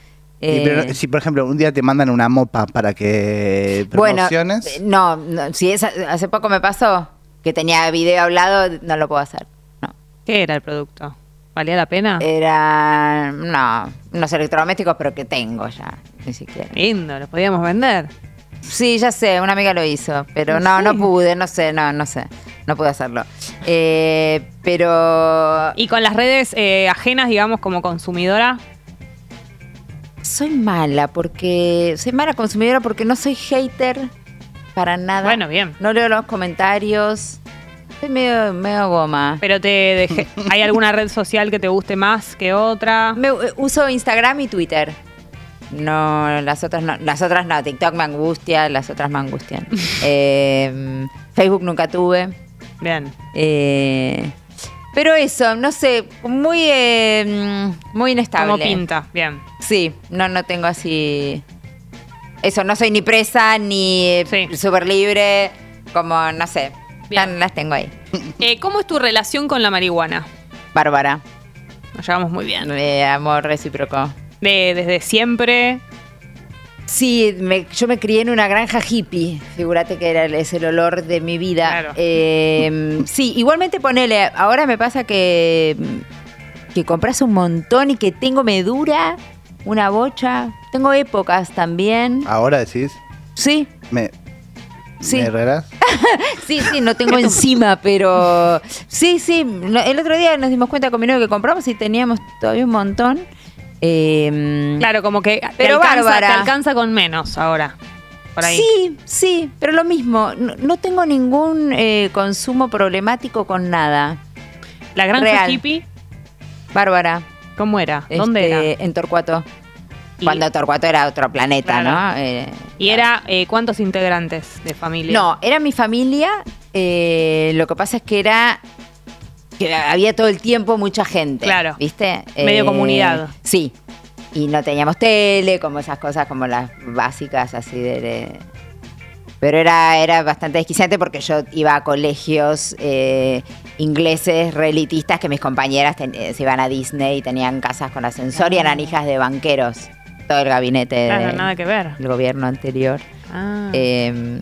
Y, pero,
Eh,
si, por ejemplo, un día te mandan una mopa para que
Bueno,
promociones,
eh, no, no, si es- hace poco me pasó que tenía video hablado, no lo puedo hacer. No.
¿Qué era el producto? ¿Valía la pena?
Era, no, unos electrodomésticos, pero que tengo ya, ni siquiera.
Lindo, lo podíamos vender.
Sí, ya sé, una amiga lo hizo, pero
¿Ah,
no,
sí?
no pude, no sé, no, no sé, no pude hacerlo. Eh, pero
Y con las redes eh, ajenas, digamos, como consumidora.
soy mala porque soy mala consumidora porque no soy hater para nada.
Bueno, bien.
No leo los comentarios. Soy medio, medio goma.
Pero te dejé. ¿Hay alguna red social que te guste más que otra?
Me- eh, uso Instagram y Twitter. No, las otras no, las otras no, TikTok me angustia, las otras me angustian. Eh, Facebook nunca tuve.
Bien.
Eh, pero eso, no sé, muy, eh, mm, muy inestable.
Como pinta. Bien.
Sí, no, no tengo así. Eso, no soy ni presa, ni eh,
Sí.
súper libre, como, no sé.
Bien.
Tan- Las tengo ahí.
Eh, ¿Cómo es tu relación con la marihuana?
Bárbara,
Nos llevamos muy bien.
eh, amor recíproco.
De- desde siempre.
Sí, me- yo me crié en una granja hippie. Figúrate que era, el- es el olor de mi vida.
Claro.
Eh, sí, igualmente ponele. Ahora me pasa que, que compras un montón y que tengo medura, una bocha. Tengo épocas también.
ahora decís,
Sí,
me,
Sí.
¿me regalás?
sí, sí, no tengo encima, pero. Sí, sí. no, el otro día nos dimos cuenta con mi novio que compramos y teníamos todavía un montón. Eh,
Claro, como que.
Pero
te alcanza,
bárbara.
Te alcanza con menos ahora. Por ahí.
Sí, sí, pero lo mismo. No, no tengo ningún eh, consumo problemático con nada.
La granja
Real.
hippie,
Bárbara.
¿cómo era? ¿Dónde
este,
era?
En Torcuato.
Y-
Cuando Torcuato era otro planeta,
Claro.
¿no? Eh,
¿Y era eh, cuántos integrantes de familia?
no, era mi familia. eh, lo que pasa es que era. que había todo el tiempo mucha gente.
Claro.
¿Viste? Eh,
Medio comunidad.
Sí. Y no teníamos tele, como esas cosas, como las básicas así de. de- pero era, era bastante desquiciante porque yo iba a colegios eh, ingleses, re elitistas, que mis compañeras ten- eh, se iban a Disney y tenían casas con ascensor y eran hijas de banqueros. Todo el gabinete
Ah. Claro,
del
nada que ver.
Mm. gobierno anterior
Ah.
eh,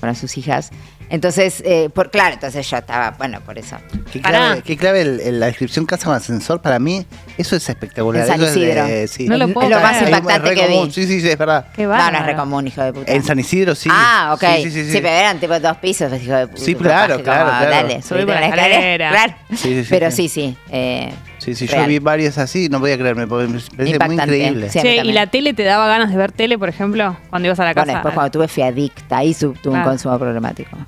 con em, sus hijas. Entonces, eh, por, claro, entonces yo estaba, bueno, por eso.
Qué
Pará.
clave, qué clave el- el- la descripción casa con ascensor. Para mí, eso es espectacular.
En San
Eso es de-
Isidro.
sí.
No lo puedo Es lo más creer.
impactante
re
que vi.
común. Sí, sí, sí, es verdad.
Qué
no, no es
bárbaro.
re común, hijo de puta.
En San Isidro sí.
Ah, ok.
Sí,
Sí,
sí, sí. sí.
pero eran tipo dos pisos, pues, hijo de puta.
Sí, claro,
capaz que
claro, claro.
Dale, subí por la escalera. Claro.
Sí, sí, sí,
pero sí,
sí.
sí. eh,
Sí, sí, yo
real.
vi varias así, no podía creerme, porque me parece muy
Impactante.
increíble.
Sí. a mí
Che, ¿y
también.
la tele te daba ganas de ver tele, por ejemplo, cuando ibas a la
Bueno,
casa?
después cuando tuve fui adicta, ahí sub- tuve un
Claro.
consumo problemático.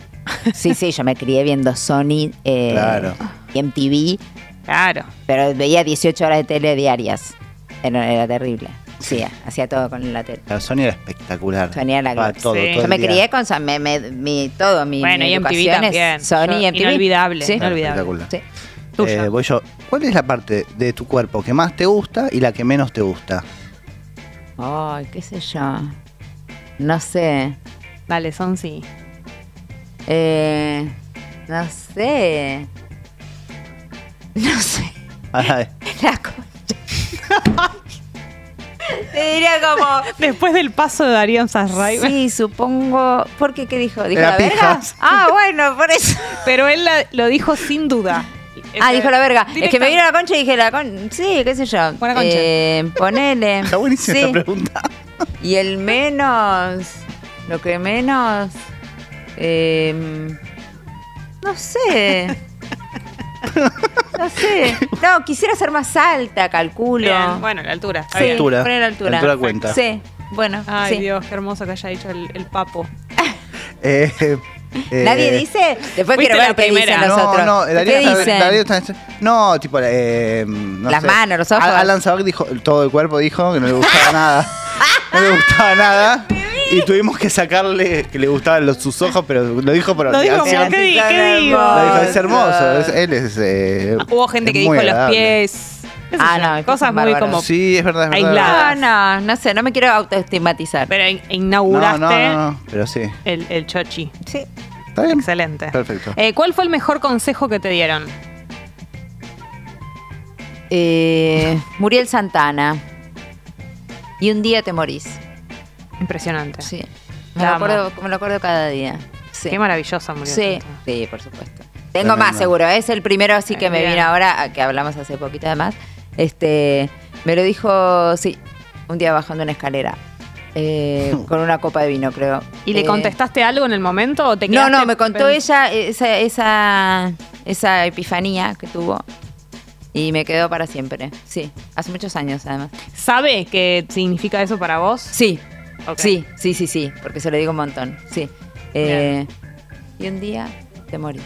Sí, sí, yo me crié viendo Sony eh,
Claro.
y MTV,
Claro.
pero veía 18 horas de tele diarias. Era, era terrible. Sí, hacía todo con la tele.
La Sony era espectacular.
Sony era la
Para
gloria.
todo,
Sí.
todo
Yo
el
me
día.
crié con Sony, me, me- mi, todo, mi
Bueno,
mi
y MTV
educación es
también.
Sony
Yo-
y MTV.
inolvidable.
Sí.
Era
Inolvidable.
espectacular.
Sí.
Tuya.
Eh, voy yo. ¿Cuál es la parte de tu cuerpo que más te gusta y la que menos te gusta?
Ay, qué sé yo. No sé.
Dale, son sí.
Eh, no sé. No sé.
Ay,
La concha. Te diría como.
Después del paso de Darío Sasray.
Sí, supongo. ¿Por qué qué dijo? ¿Dijo
Era
la,
pija.
verga? Ah, bueno, por eso.
Pero él la- lo dijo sin duda.
Ah, dijo la verga. Es que me vino
Directa-
la concha y dije la concha. Sí, qué sé yo.
Buena concha.
Eh, ponele.
está buenísima
Sí.
esta pregunta.
Y el menos. Lo que menos. em, no sé. No sé. No, quisiera ser más alta, calculo.
Bien, Bueno, la altura. está
Sí,
bien.
Altura.
poner altura.
Altura cuenta.
Sí, bueno.
Ay,
sí.
Dios, qué hermoso que haya dicho el, el papo.
Eh, eh,
Nadie dice. Después
Fuiste
quiero
la
ver qué
primera.
dicen
a
nosotros.
No, no, Darío
¿Qué
está-
dicen?
Darío está- no, tipo, eh, no
Las
sé.
manos, los ojos.
Al- Alan Sabac dijo, todo el cuerpo dijo que no le gustaba nada. No le gustaba nada. Y tuvimos que sacarle que le gustaban los, sus ojos, pero lo dijo por
Lo dijo
obligación.
como, ¿qué, di- qué digo?
Lo dijo,
que-
es hermoso. es- él es. eh,
Hubo gente
es
que
muy
dijo los
agradable.
pies. qué sé
Ah,
yo,
no, es
Cosas muy
bárbaro.
como...
Sí, es verdad, es verdad.
Aislado.
No, no, no sé, no me quiero autoestigmatizar.
Pero in-
No, no,
inauguraste
no, no, pero sí.
El, el chochi.
Sí.
Está bien.
Excelente.
Perfecto.
Eh, ¿Cuál fue el mejor consejo que te dieron?
Eh, Muriel Santana. Y un día te morís.
Impresionante.
Sí.
Te
Me lo,
amo.
acuerdo, me lo acuerdo cada día. Sí.
Qué maravillosa murió.
Sí.
Santana.
sí, por supuesto. Tengo
Tremendo.
más seguro, es el primero sí que me
Bien.
vino ahora, a- que hablamos hace poquito además. Este, me lo dijo, sí, un día bajando una escalera. eh, con una copa de vino, creo.
¿Y le
Eh,
contestaste algo en el momento o te
No,
quedaste
no, me contó
pen-
ella esa, esa, esa epifanía que tuvo. Y me quedó para siempre. Sí, hace muchos años además.
¿Sabe qué significa eso para vos?
Sí,
Ok.
sí, sí, sí, sí, porque se lo digo un montón. Sí. Eh, y un día te morís.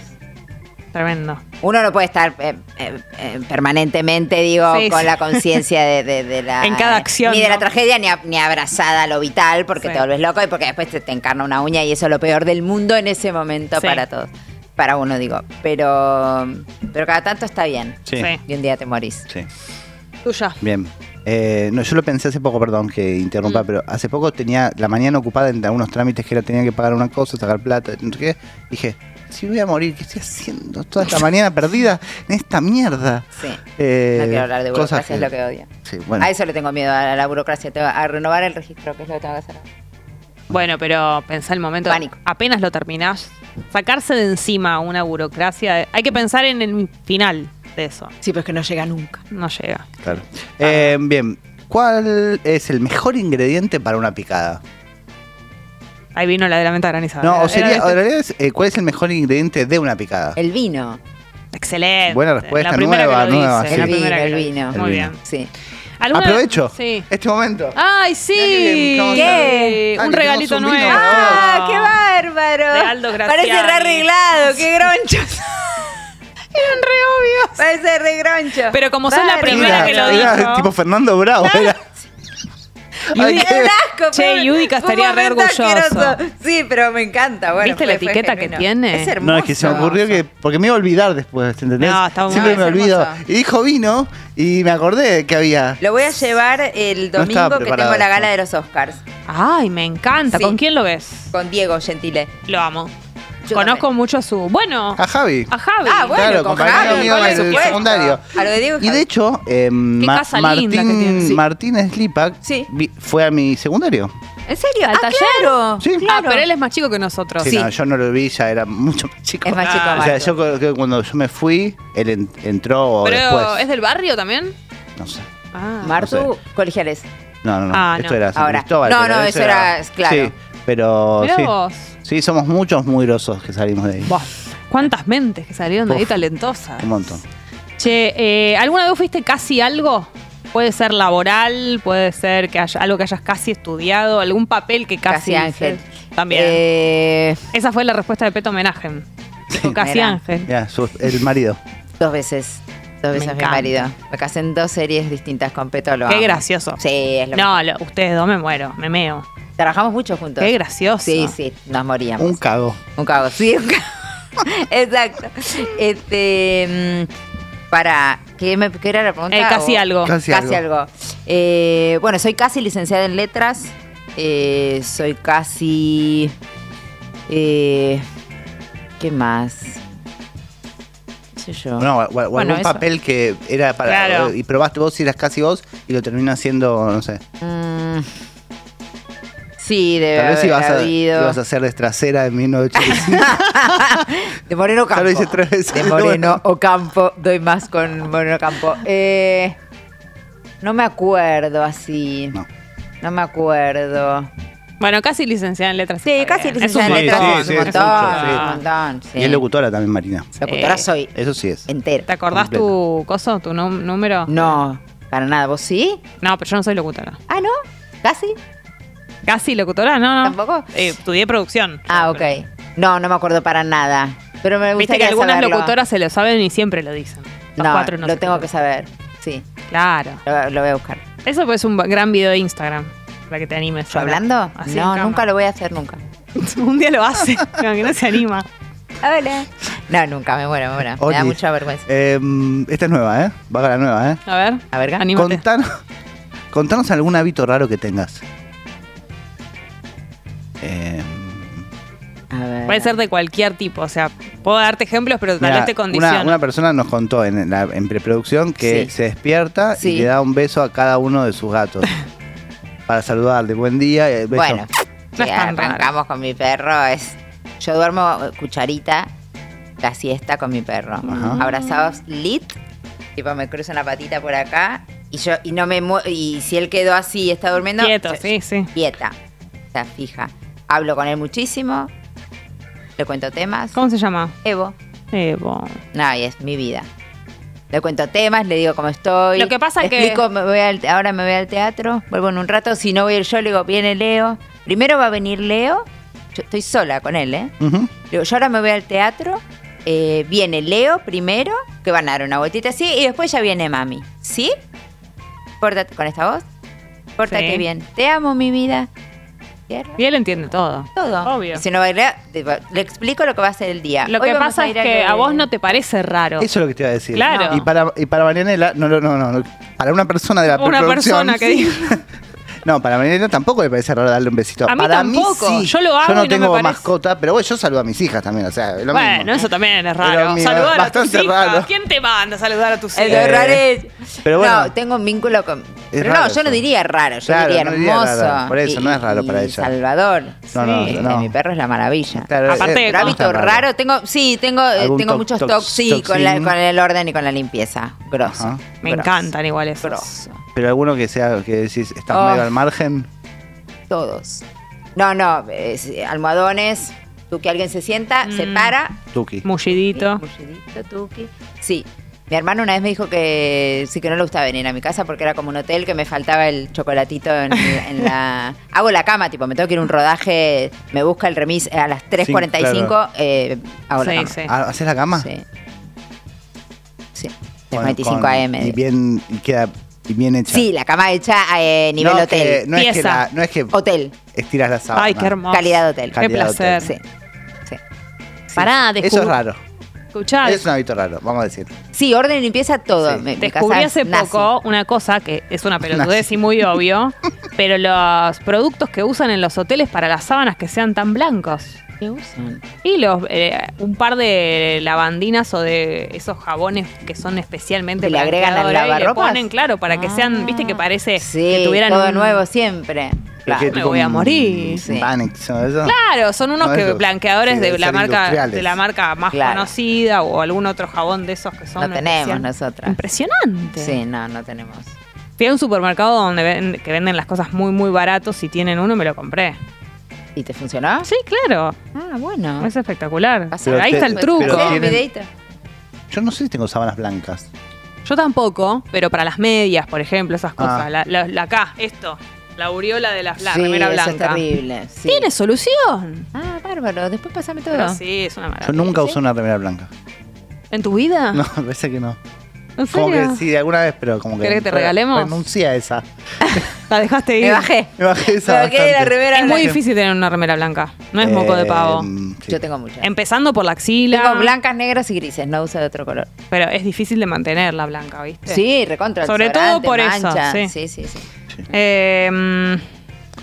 Tremendo.
Uno no puede estar eh, eh, eh, permanentemente, digo,
Sí,
con
sí.
la conciencia de, de- de la.
En cada acción,
Ni de
¿no?
la tragedia, ni, a- ni abrazada a lo vital, porque
Sí.
te vuelves loco y porque después te, te encarna una uña y eso es lo peor del mundo en ese momento
Sí.
para todos. Para uno, digo. Pero, pero cada tanto está bien.
Sí.
Sí.
Y un día te morís.
Sí.
Tuya.
Bien. Eh, no, yo lo pensé hace poco, perdón que
Mm.
interrumpa, pero hace poco tenía la mañana ocupada en algunos trámites que era tenía que pagar una cosa, sacar plata, no sé qué. Dije, si voy a morir, ¿qué estoy haciendo toda esta mañana perdida en esta mierda?
Sí.
Eh,
no quiero hablar de
cosas
burocracia, es lo que odio.
Sí, bueno.
A eso le tengo miedo, a la burocracia. Tengo- a renovar el registro, que es lo que tengo que hacer. ahora.
Bueno, pero pensá el momento.
Pánico.
Apenas lo terminás, sacarse de encima una burocracia. Hay que pensar en el final de eso.
Sí, pero es que no llega nunca.
No llega.
Claro.
Ah.
Eh, bien. ¿Cuál es el mejor ingrediente para una picada?
Ahí vino la de la menta
Ah,
granizada.
No, o
Era-
sería,
era-
o en realidad es, eh, ¿cuál es el mejor ingrediente de una picada?
este. El vino.
Excelente.
Buena respuesta,
La primera
nueva,
que lo
nueva,
dice,
sí.
la
El
primera
vino,
que lo
el
dice.
vino.
Muy
El
bien.
vino.
Sí.
¿Alguna-
Aprovecho
Sí.
este momento.
Ah,
¡Ay,
Mirá qué bien,
sí!
¿cómo
¿Qué?
están? Ah,
Un
que
regalito
tenemos un
nuevo.
vino,
¡Ah, qué bárbaro!
De Aldo Graciani.
Parece re arreglado, qué gronchos. Eran re obvios. Parece re groncho.
Pero como sos la
Bárbaro.
primera que lo
era
dijo.
tipo Fernando Bravo. Era. Ay,
Era
qué-
un asco,
Che,
fue un-
Yudica
fue un
estaría re
momento
orgulloso.
asqueroso. Sí, pero me encanta. Bueno,
¿Viste la
fue- fue
etiqueta que
genuino.
tiene?
Es hermoso.
No, es que se me ocurrió que. Porque me iba a olvidar después, ¿entendés?
No, está muy
Siempre
bien.
me
Es
olvido.
hermoso.
Y dijo vino y me acordé que había.
Lo voy a llevar el
No
domingo
estaba
que
preparado
tengo la
esto.
gala de los Oscars
Ay, me encanta.
Sí.
¿Con quién lo ves?
con Diego Gentile.
Lo amo.
Yo
Conozco
también.
mucho a su. Bueno,
A Javi.
a Javi.
Ah, bueno,
claro,
con
compañero
Javi,
mío
por
del
supuesto.
secundario.
A lo de Diego y
Y de
Javi.
hecho, eh, Ma-
casa linda que tiene.
Martín,
Sí.
Martín Slipak
Sí.
vi- fue a mi secundario.
¿En serio?
Ah,
¿Al taller?
claro.
Sí.
Ah, pero él es más chico que nosotros.
Sí, no, yo no lo vi, ya era mucho más chico. Ah.
Es más chico,
O sea,
Marco.
yo creo que cuando yo me fui, él en- entró o
Pero
después.
es del barrio también.
No sé.
Ah.
Martu,
No sé.
colegiales.
No, no, no.
Ah,
Esto
no.
era San
Ahora.
Cristóbal.
No,
pero
no, eso era- claro.
Sí, pero
Mirá
oh, sí.
vos.
Sí, somos muchos muy grosos que salimos de ahí.
Buah, Cuántas mentes que salieron de ahí
Uf.
talentosas.
Un montón.
Che, eh, ¿alguna vez fuiste casi algo? Puede ser laboral, puede ser que haya, algo que hayas casi estudiado, algún papel que casi,
Casi ángel.
También.
Eh,
Esa fue la respuesta de Peto Homenaje. Dijo casi
mirá.
ángel.
Ya, su- el marido.
dos veces. Dos veces mi
encanta.
marido. Me casé en dos series distintas con Peto. lo
Qué
amo.
gracioso.
Sí, es lo
No, lo- ustedes dos me muero, me meo.
Trabajamos mucho juntos.
Qué gracioso.
Sí, sí, nos moríamos.
Un
Un,
cago.
cago. Sí, un cago. Exacto. Este. mm, Para. ¿Qué, me, qué era la pregunta?
Eh, casi
O-
algo.
Casi
Casi,
algo.
algo. Eh, bueno, soy casi licenciada en letras. eh, soy casi. eh, ¿Qué más? No sé yo.
No, o, o algún
Bueno, eso.
papel que era para. eh,
Claro.
Y probaste vos si eras casi vos y lo terminó haciendo, no sé.
Mm, sí, debe
Tal vez
haber
ibas a,
habido.
ibas a ser de trasera en 1985.
De Moreno
Ya
Campo.
lo hice tres veces.
De Moreno Ocampo. Doy más con Moreno Campo. Eh, no me acuerdo así.
No.
No. me acuerdo.
Bueno, casi licenciada en letras.
Sí,
está
casi
bien.
licenciada en
un
letras.
montón,
es
sí,
un
sí,
montón.
es mucho,
es
sí.
un montón. sí.
Y es locutora también, Marina.
Locutora soy
Eso sí es.
entera.
¿Te acordás tu coso, tu num- número?
No, para nada. ¿Vos sí?
No, pero yo no soy locutora.
Ah, no. ¿Casi?
Casi locutora, no, no.
¿Tampoco?
Eh, estudié producción.
Ah, ok. No, no me acuerdo para nada. Pero me
Viste
gustaría
que algunas
saberlo.
locutoras se lo saben y siempre lo dicen. Los
No,
cuatro no
lo
se
tengo
lo
que
saben.
saber. Sí,
Claro.
lo, lo voy a buscar.
Eso pues es un gran video de Instagram. Para que te animes.
¿Yo hablando?
Así en
no,
cama.
nunca lo voy a hacer, nunca.
un día lo hace, pero que no se anima.
Hola. No, nunca, me muero, me muero. Me da
Oli,
mucha vergüenza.
eh, esta es nueva, ¿eh? Va a la nueva, ¿eh?
A ver.
A ver,
anímate.
Contanos, contanos algún hábito raro que tengas. Eh,
A ver.
Puede ser de cualquier tipo. O sea, puedo darte ejemplos, pero tal
mira,
vez te condiciona.
una, una persona nos contó en, la- en preproducción que
Sí.
se despierta
Sí.
y le da un beso a cada uno de sus gatos. para saludarle. Buen día. eh, beso.
Bueno,
No
si
es tan
arrancamos con mi perro. Es, yo duermo eh, cucharita la siesta con mi perro.
Ajá.
Abrazados lit. Tipo, me cruzan la patita por acá. Y yo, y no me mue- Y si él quedó así y está durmiendo.
Quieto,
yo-
sí, sí.
Quieta. O sea, fija. Hablo con él muchísimo. Le cuento temas.
¿Cómo se llama? Eh,
Evo.
Evo.
No, y es mi vida. Le cuento temas, le digo cómo estoy.
Lo que pasa
le
que-
Explico, me voy al- ahora me voy al teatro, vuelvo en un rato. Si no voy a ir yo, le digo, viene Leo. Primero va a venir Leo. Yo estoy sola con él, ¿eh?
Ujú.
Le digo, yo ahora me voy al teatro. eh, viene Leo primero, que van a dar una vueltita así, y después ya viene mami. ¿Sí? Pórtate con esta voz. Pórtate
Sí.
bien. Te amo, mi vida. Tierra.
Y él entiende todo.
Todo.
Obvio.
Y si no baila, le explico lo que va a ser el día.
Lo
Hoy
que
vamos
pasa es
ir
que a
al-
vos no te parece raro.
Eso es lo que te iba a decir.
Claro.
Y para, y para Marianela, no, no, no, no, Para una persona de la
Una
preproducción,
persona que dijo.
No, para Marianela tampoco le parece raro darle un besito.
A mí
para
tampoco.
mí sí.
Yo lo hago
Yo no
y no
tengo
me parece.
mascota, pero bueno, yo saludo a mis hijas también, o sea, es lo
bueno,
mismo.
eso también es
Pero,
raro.
amiga,
Saludar a tus
bastante
hijas.
raro.
¿Quién te manda a saludar a tus
El
hijas?
de raro es.
Eh, pero bueno.
No, tengo un vínculo con. Pero
raro
no, yo
eso.
no diría raro, yo
Claro,
diría
no diría
hermoso.
raro, por eso, no es raro para
y
ella.
Salvador.
No, no,
Sí, este,
no.
Mi perro es la maravilla.
Claro,
Aparte,
eh,
Pero hábito
está
raro. tengo, sí, tengo, eh,
¿Algún
tengo
toc-
muchos
toc-
tocs, sí, con, la-
toxin?
con el orden y con la limpieza. Grosso.
Ajá.
Me
grosso,
encantan igual esos.
Grosso.
Pero alguno que sea que decís, estás
Oh.
medio al margen.
Todos. No, no, es- eh, almohadones, tú que alguien se sienta, se
Mm.
para,
Tuki.
Mullidito.
Mullidito, tuqui. Sí. Mi hermano una vez me dijo que sí que no le gustaba venir a mi casa porque era como un hotel que me faltaba el chocolatito en, en la... Hago la cama, tipo, me tengo que ir a un rodaje, me busca el remis eh, a las 3.45,
claro.
eh, hago la
Sí,
cama.
sí.
Ah, ¿Haces la cama?
Sí. Sí.
Con-
25
con-
AM.
Y bien, y queda y bien hecha.
Sí, la cama hecha a eh, nivel
No,
hotel.
que- no, es que
Pieza.
la- no es que
Hotel,
estiras la sábana.
Ay, qué hermoso.
calidad hotel.
Qué
Calidad hotel.
placer.
Sí, sí.
Sí.
Pará,
Eso es
descubrí-
raro.
Escuchá,
Es un hábito raro, vamos a decir.
Sí, orden y limpieza todo.
Sí.
Me- mi casa
Descubrí
es
hace
nazi.
poco una cosa que es una pelotudez y muy obvio, pero los productos que usan en los hoteles para las sábanas que sean tan blancos.
¿Qué usan?
Y los eh, un par de lavandinas o de esos jabones que son especialmente
¿Que le agregan al
blanqueadores y le
lavarropas? Ah.
ponen, claro, para que sean, viste que parece
Sí,
que tuvieran
todo
un-
nuevo siempre. Claro.
que
Me
con
voy a morir.
Sí.
Panic, ¿no? Eso.
Claro, son unos
No,
que
esos,
blanqueadores
sí,
de,
deben
la
ser
marca,
industriales.
de la marca más
Claro.
conocida o algún otro jabón de esos que son.
No tenemos
especial.
nosotras.
Impresionante.
Sí, no, no tenemos.
Fui a un supermercado donde ven- que venden las cosas muy, muy baratos. y tienen uno, me lo compré.
¿Y te funcionó?
Sí, claro.
Ah, bueno.
Es espectacular.
Pasa-
Pero ahí
te-
está el
pero
truco.
tienen-
Sí, videíto.
Yo no sé si tengo sábanas blancas.
Yo tampoco, pero para las medias, por ejemplo, esas cosas.
Ah.
La, la- la acá, esto. La aureola de la, la
Sí,
remera
eso
blanca.
es terrible. sí.
Tiene solución.
Ah, bárbaro. Después pasame todo.
Pero sí, es una
Yo
maravilla.
nunca usé una remera blanca.
¿En tu vida?
No, me parece que no.
¿En
Como que
serio?
sí, alguna vez, pero como que.
¿Querés que te
re-
regalemos?
Renuncié a esa.
La dejaste ir.
Me bajé.
Me bajé esa.
Me bajé de la
bastante.
remera
Es muy
blanca.
difícil tener una remera blanca. No es moco de pavo.
Eh, sí.
Yo tengo muchas.
Empezando por la axila.
Tengo blancas, negras y grises. No uso de otro color.
Pero es difícil de mantener la blanca, ¿viste?
Sí, recontra.
Sobre
desodorante,
todo por eso,
mancha.
sí.
sí, sí. sí.
Eh, mm,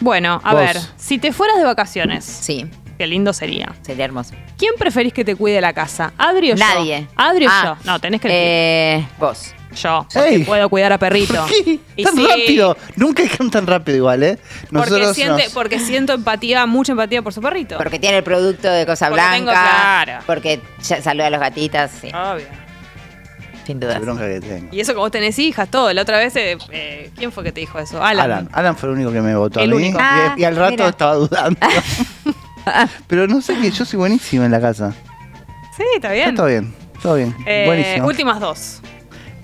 bueno, a
Vos.
ver. Si te fueras de vacaciones,
Sí,
qué lindo sería.
sería hermoso.
¿Quién preferís que te cuide la casa? ¿Adri o yo?
Nadie.
¿Adri o
Ah,
yo? No, tenés que elegir.
Eh, vos.
yo. porque
Ey.
puedo cuidar a perrito.
¿Por qué?
Y
Tan
sí,
rápido. Nunca dijeron tan rápido igual, ¿eh?
Porque, siente-
nos-
porque siento empatía, mucha empatía por su perrito.
Porque tiene el producto de cosa
Porque
blanca.
tengo clara. Ah.
Porque ya saluda a los gatitas. Sí,
Obvio.
sin
Qué
duda.
bronca que tengo.
Y eso que vos tenés hijas, todo. La otra vez, eh, eh, ¿quién fue que te dijo eso? Alan.
Alan. Alan fue el único que me votó
El
a mí.
único.
Y-
Ah,
y, al rato
mira.
estaba dudando. Pero no sé qué, yo soy buenísimo en la casa.
Sí, está
Ya
bien.
Todo bien, todo bien.
Eh,
buenísimo.
Últimas dos.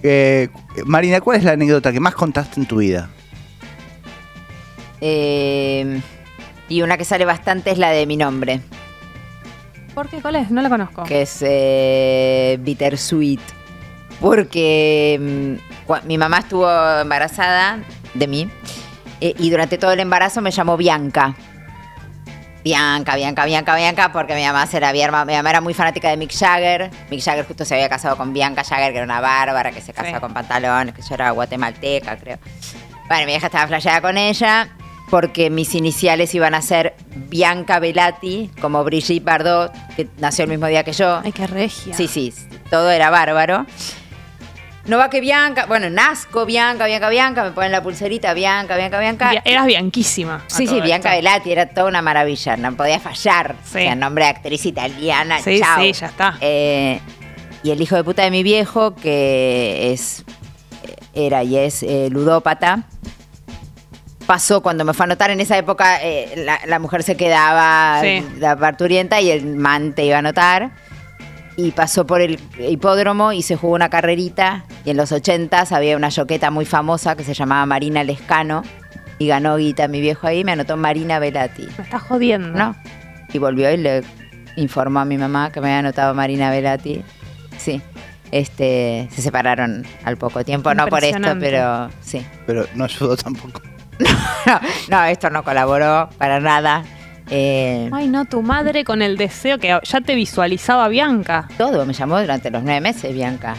Eh, Marina, ¿cuál es la anécdota que más contaste en tu vida?
Eh, y una que sale bastante es la de mi nombre,
¿Por qué? ¿Cuál es? No la conozco.
que es eh, Bittersweet. Porque mm, cua- mi mamá estuvo embarazada de mí eh, y durante todo el embarazo me llamó Bianca. Bianca, Bianca, Bianca, Bianca, porque mi mamá, era, mi, herma- mi mamá era muy fanática de Mick Jagger. Mick Jagger justo se había casado con Bianca Jagger, que era una bárbara, que se casó
Sí.
con pantalones, que yo era guatemalteca, creo. Bueno, mi vieja estaba flasheada con ella porque mis iniciales iban a ser Bianca Velati, como Brigitte Bardot, que nació el mismo día que yo.
Ay, qué regia.
Sí, sí, todo era bárbaro. No va que Bianca, bueno, nazco Bianca, Bianca, Bianca, me ponen la pulserita Bianca, Bianca, Bianca.
Bia- Eras bianquísima. a
Sí,
todo
sí, Bianca
esto.
Velati era toda una maravilla, no podía fallar.
Sí.
O sea, nombre de actriz italiana,
Sí,
chao.
sí, ya está.
Eh, y el hijo de puta de mi viejo, que es era y es eh, ludópata, pasó cuando me fue a anotar en esa época, eh, la, la mujer se quedaba
Sí.
la parturienta y el man te iba a anotar. Y pasó por el hipódromo y se jugó una carrerita. Y en los 80 había una yoqueta muy famosa que se llamaba Marina Lescano. Y ganó Guita, mi viejo ahí, me anotó Marina Velati.
Me estás jodiendo.
No. Y volvió y le informó a mi mamá que me había anotado Marina Velati. Sí. Este, se separaron al poco tiempo, no por esto,
Impresionante.
pero sí.
Pero no ayudó tampoco.
No, no, esto no colaboró para nada. Eh,
Ay, no, tu madre con el deseo que ya te visualizaba Bianca.
todo me llamó durante los nueve meses, Bianca.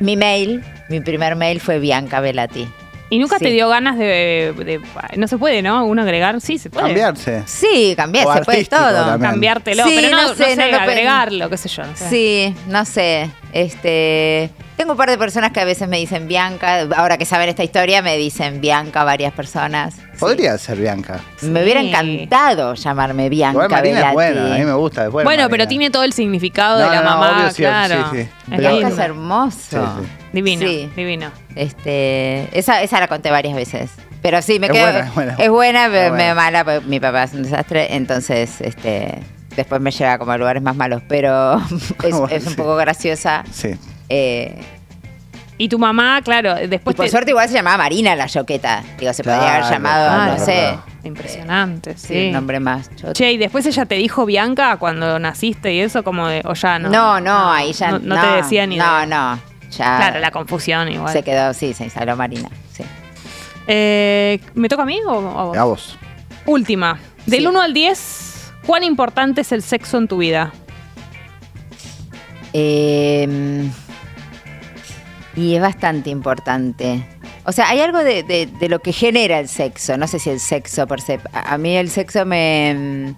Mi mail, mi primer mail fue Bianca Velati.
Y nunca
Sí.
te dio ganas de, de- No se puede, ¿no? Uno agregar. Sí, se puede.
Cambiarse.
Sí, cambié,
O
se fue
artístico
todo.
también.
Cambiártelo.
Sí,
pero no,
no
no
sé,
sé,
no lo pe-
agregarlo, qué sé yo. no sé.
Sí, no sé. Este, tengo un par de personas que a veces me dicen Bianca. Ahora que saben esta historia, me dicen Bianca varias personas. Sí.
Podría ser Bianca.
Me hubiera
Sí.
encantado llamarme Bianca
Igual Marina es
Velati.
buena, a mí me gusta. es buena
Bueno,
Marina.
pero tiene todo el significado de
No,
la
no,
mamá,
obvio, sí,
claro.
sí, sí.
Es
Pero-
Bianca es
divino.
hermoso.
Sí, sí.
Divino,
Sí.
divino.
Este, esa, esa la conté varias veces. Pero sí, me
Es
quedo.
buena, es buena.
es buena, me,
Es buena.
me mala, porque mi papá es un desastre. Entonces, este, después me lleva como a lugares más malos. Pero es,
Bueno,
es un
sí.
poco graciosa.
Sí.
Eh,
Y tu mamá, claro,
y
después
por
Pues te-
suerte igual se llamaba Marina la yoqueta. Digo, se podría haber
Claro,
llamado,
claro,
no
es
sé.
verdad.
Impresionante, sí.
Sí, un nombre más. choto.
Che, y después ella te dijo Bianca cuando naciste y eso, como de, o ya no.
no, no, ahí ya
No, no te decía ni
No,
de-
no. Ya
Claro, la confusión igual.
se quedó, sí, se instaló Marina. Sí.
Eh, ¿Me toca a mí o a vos?
A vos.
Última. Del
Sí.
1 al 10, ¿cuán importante es el sexo en tu vida?
Eh, y es bastante importante. O sea, hay algo de, de- de lo que genera el sexo. No sé si el sexo per se. A a mí el sexo me,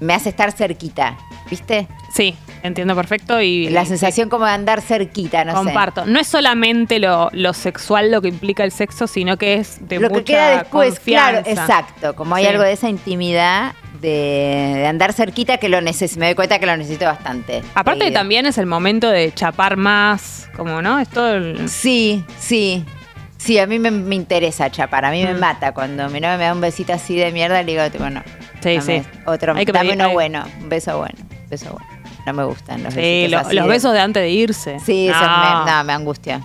me hace estar cerquita, ¿viste?
Sí, entiendo perfecto y
La sensación como de andar cerquita, no
comparto. No es solamente lo, lo sexual lo que implica el sexo, sino que es
sé.
de
Lo
mucha
que queda después,
confianza.
claro, exacto. Como hay
Sí.
algo de esa intimidad de, de andar cerquita que lo necesito, me doy cuenta que lo necesito bastante.
Aparte
Ahí.
también es el momento de chapar más, como no, es todo el-
Sí, sí. Sí, a mí me, me interesa chapar, a mí me
Mm.
mata. Cuando mi novio me da un besito así de mierda, le digo, tipo, no.
Sí,
dame
sí.
Otro,
Hay que
dame
pedir-
uno
hay-
bueno, un beso bueno, un beso bueno. No me gustan los
Sí,
besitos
lo-
así
los
de-
besos de antes de irse.
Sí, esos
No.
me, no, me angustia.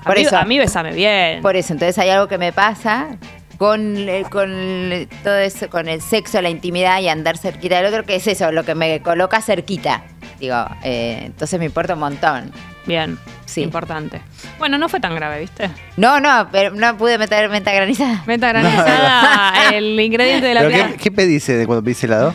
A
Por
mí-
eso,
A mí besame bien.
por eso, entonces hay algo que me pasa con, el- con el- todo eso, con el sexo, la intimidad y andar cerquita del otro, que es eso, lo que me coloca cerquita. Digo, eh, entonces me importa un montón.
Bien.
Sí.
Importante. Bueno, no fue tan grave, ¿viste?
No, no, pero no pude meter menta granizada.
Meta granizada, el ingrediente de la
¿Pero
plata.
qué, qué pedís eh, cuando pedís helado?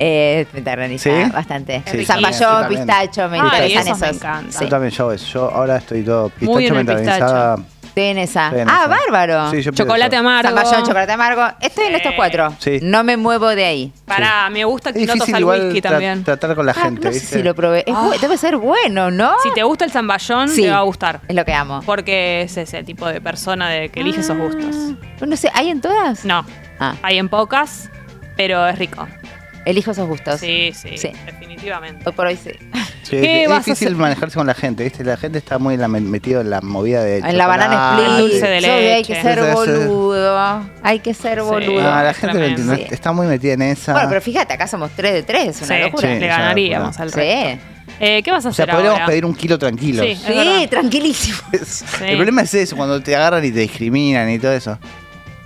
Eh, menta granizada,
¿Sí?
bastante.
Sí, sí,
Zapallón,
también.
pistacho, me
Ay,
interesan
esos
esos.
me encantan.
Sí.
Yo también, yo, yo ahora estoy todo
Muy en
pistacho
el
mentalizada.
Estoy en esa.
Estoy en
ah,
esa.
bárbaro.
Sí, yo pido
Chocolate
eso.
amargo. Eh,
Zapallón, chocolate amargo. Estoy en
Sí.
estos cuatro.
Sí.
No me muevo de ahí.
Pará, me gusta
Es
que notas
difícil
al
igual
whisky
tra-
también.
tratar con la
Ah,
gente,
no sé
¿viste?
si lo probé. Es
Ah.
bu- debe ser bueno, ¿no?
Si te gusta el zamballón,
Sí.
te va a gustar.
Es lo que amo.
Porque es ese tipo de persona de que elige esos gustos.
Ah, No sé, ¿hay en todas?
No,
Ah,
hay en pocas, pero es rico.
elijo esos gustos.
Sí, sí,
Sí.
definitivamente.
Hoy por hoy sí.
Sí,
¿Qué
es
vas a
difícil
hacer?
manejarse con la gente, ¿viste? La gente está muy en la- metida en la movida de
En la banana
chocolate.
split.
El dulce de
Yo vi, hay
leche.
que ser
Dulce de-
boludo. Hay que ser boludo.
Ah, la
Es
gente no
tremendo.
entiende,
Sí.
está muy metida en esa.
Bueno, pero fíjate, acá somos tres de tres. Es una
Sí,
locura.
Sí,
le
es una
ganaríamos
locura.
al resto.
Sí.
Eh, ¿Qué vas a
o sea,
hacer
podríamos
ahora?
pedir un kilo tranquilo.
Sí.
Sí,
verdad.
tranquilísimo.
El problema es eso, cuando te agarran y te discriminan y todo eso.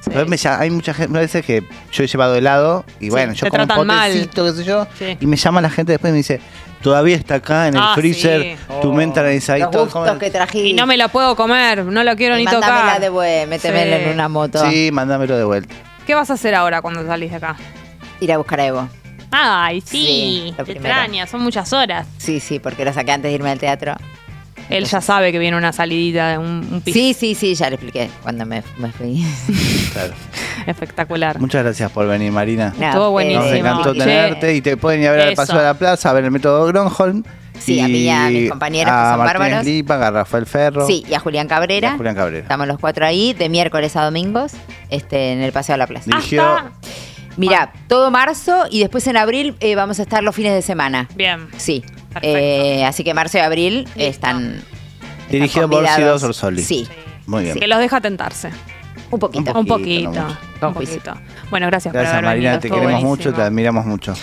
Sí.
Pero me llama- hay muchas gente- veces que yo he llevado helado y bueno, yo
te
como un
tratan mal.
potecito, qué sé yo,
Sí.
y me llama la gente después y me dice, todavía está acá en el
Ah,
freezer,
sí.
tu menta granizadita,
Oh. Los
todo
gustos
como-
que trajiste.
Y no me lo puedo comer, no lo quiero
Y
ni
mándamela
tocar.
de vuelta, métemela
Sí.
en una moto.
Sí, mándamelo de vuelta.
¿Qué vas a hacer ahora cuando salís de acá?
Ir a buscar a Evo.
Ay,
Sí,
sí,
lo
te
primero.
extraña, son muchas horas.
Sí, sí, porque lo saqué antes de irme al teatro.
Él ya sabe que viene una salidita, un, un piso
Sí, sí, sí, ya le expliqué cuando me, me fui.
Claro.
espectacular.
Muchas gracias por venir, Marina.
No,
Estuvo
eh,
buenísimo.
Nos
Sí,
encantó
sí.
tenerte y te pueden ir a ver al
Eso.
Paso de la Plaza, a ver el método Gronholm.
Sí, a mí y a mis compañeros que
a
son
Martínez
bárbaros.
Lipa, a Rafael Ferro.
Sí, y a Julián Cabrera.
y a Julián Cabrera.
Estamos los cuatro ahí, de miércoles a domingos, este, en el Paseo de la Plaza.
Bien. dirigió-
Hasta...
Mira, todo marzo y después en abril eh, vamos a estar los fines de semana.
Bien.
Sí.
Perfecto.
Eh, así que marzo y abril están. están
Dirigido por
convidados.
Sido Sorsoli.
Sí,
Muy bien.
Que los deja tentarse.
un poquito.
Un
Un
poquito,
poquito.
no
Un poquito. Bueno, gracias, por
Gracias
haber
Marina,
venido,
te
estuvo
queremos
buenísimo.
mucho, te admiramos mucho.